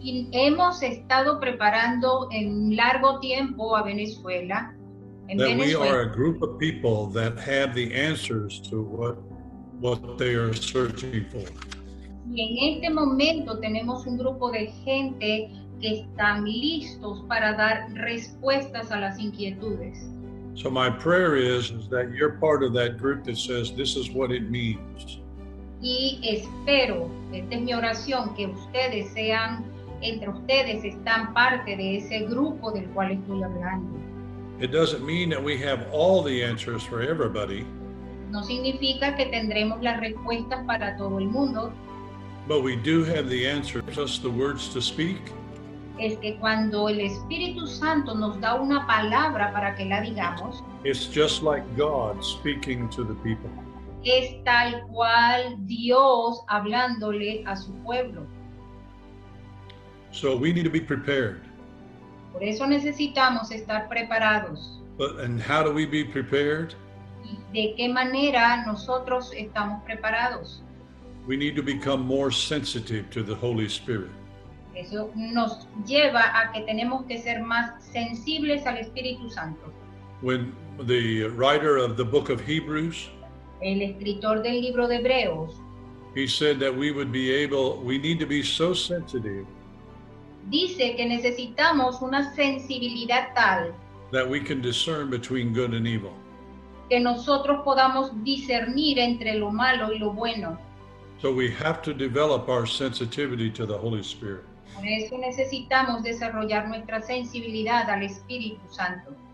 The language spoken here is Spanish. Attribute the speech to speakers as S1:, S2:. S1: y hemos estado preparando en largo tiempo a Venezuela. En
S2: that we
S1: Venezuela.
S2: are a group of people that have the answers to what what they are searching for.
S1: Y en este momento tenemos un grupo de gente que están listos para dar respuestas a las inquietudes.
S2: So my prayer is, is that you're part of that group that says this is what it means.
S1: Y espero, esta es mi oración, que ustedes sean, entre ustedes están parte de ese grupo del cual estoy hablando.
S2: It doesn't mean that we have all the answers for everybody,
S1: No significa que tendremos las respuestas para todo el mundo,
S2: but we do have the answers, just the words to speak,
S1: es que cuando el Espíritu Santo nos da una palabra para que la digamos,
S2: It's just like God speaking to the people.
S1: es tal cual Dios hablándole a su pueblo.
S2: So we need to be prepared.
S1: Por eso necesitamos estar preparados.
S2: But and how do we be prepared?
S1: ¿Y de qué manera nosotros estamos preparados?
S2: We need to become more sensitive to the Holy Spirit.
S1: Eso nos lleva a que tenemos que ser más sensibles al Espíritu Santo.
S2: When the writer of the book of Hebrews,
S1: El escritor del libro de Hebreos
S2: he said that we would be able we need to be so sensitive
S1: dice que necesitamos una sensibilidad tal
S2: that we can discern between good and evil.
S1: que nosotros podamos discernir entre lo malo y lo bueno.
S2: So we have to develop our sensitivity to the Holy Spirit.
S1: Por eso necesitamos desarrollar nuestra sensibilidad al Espíritu Santo.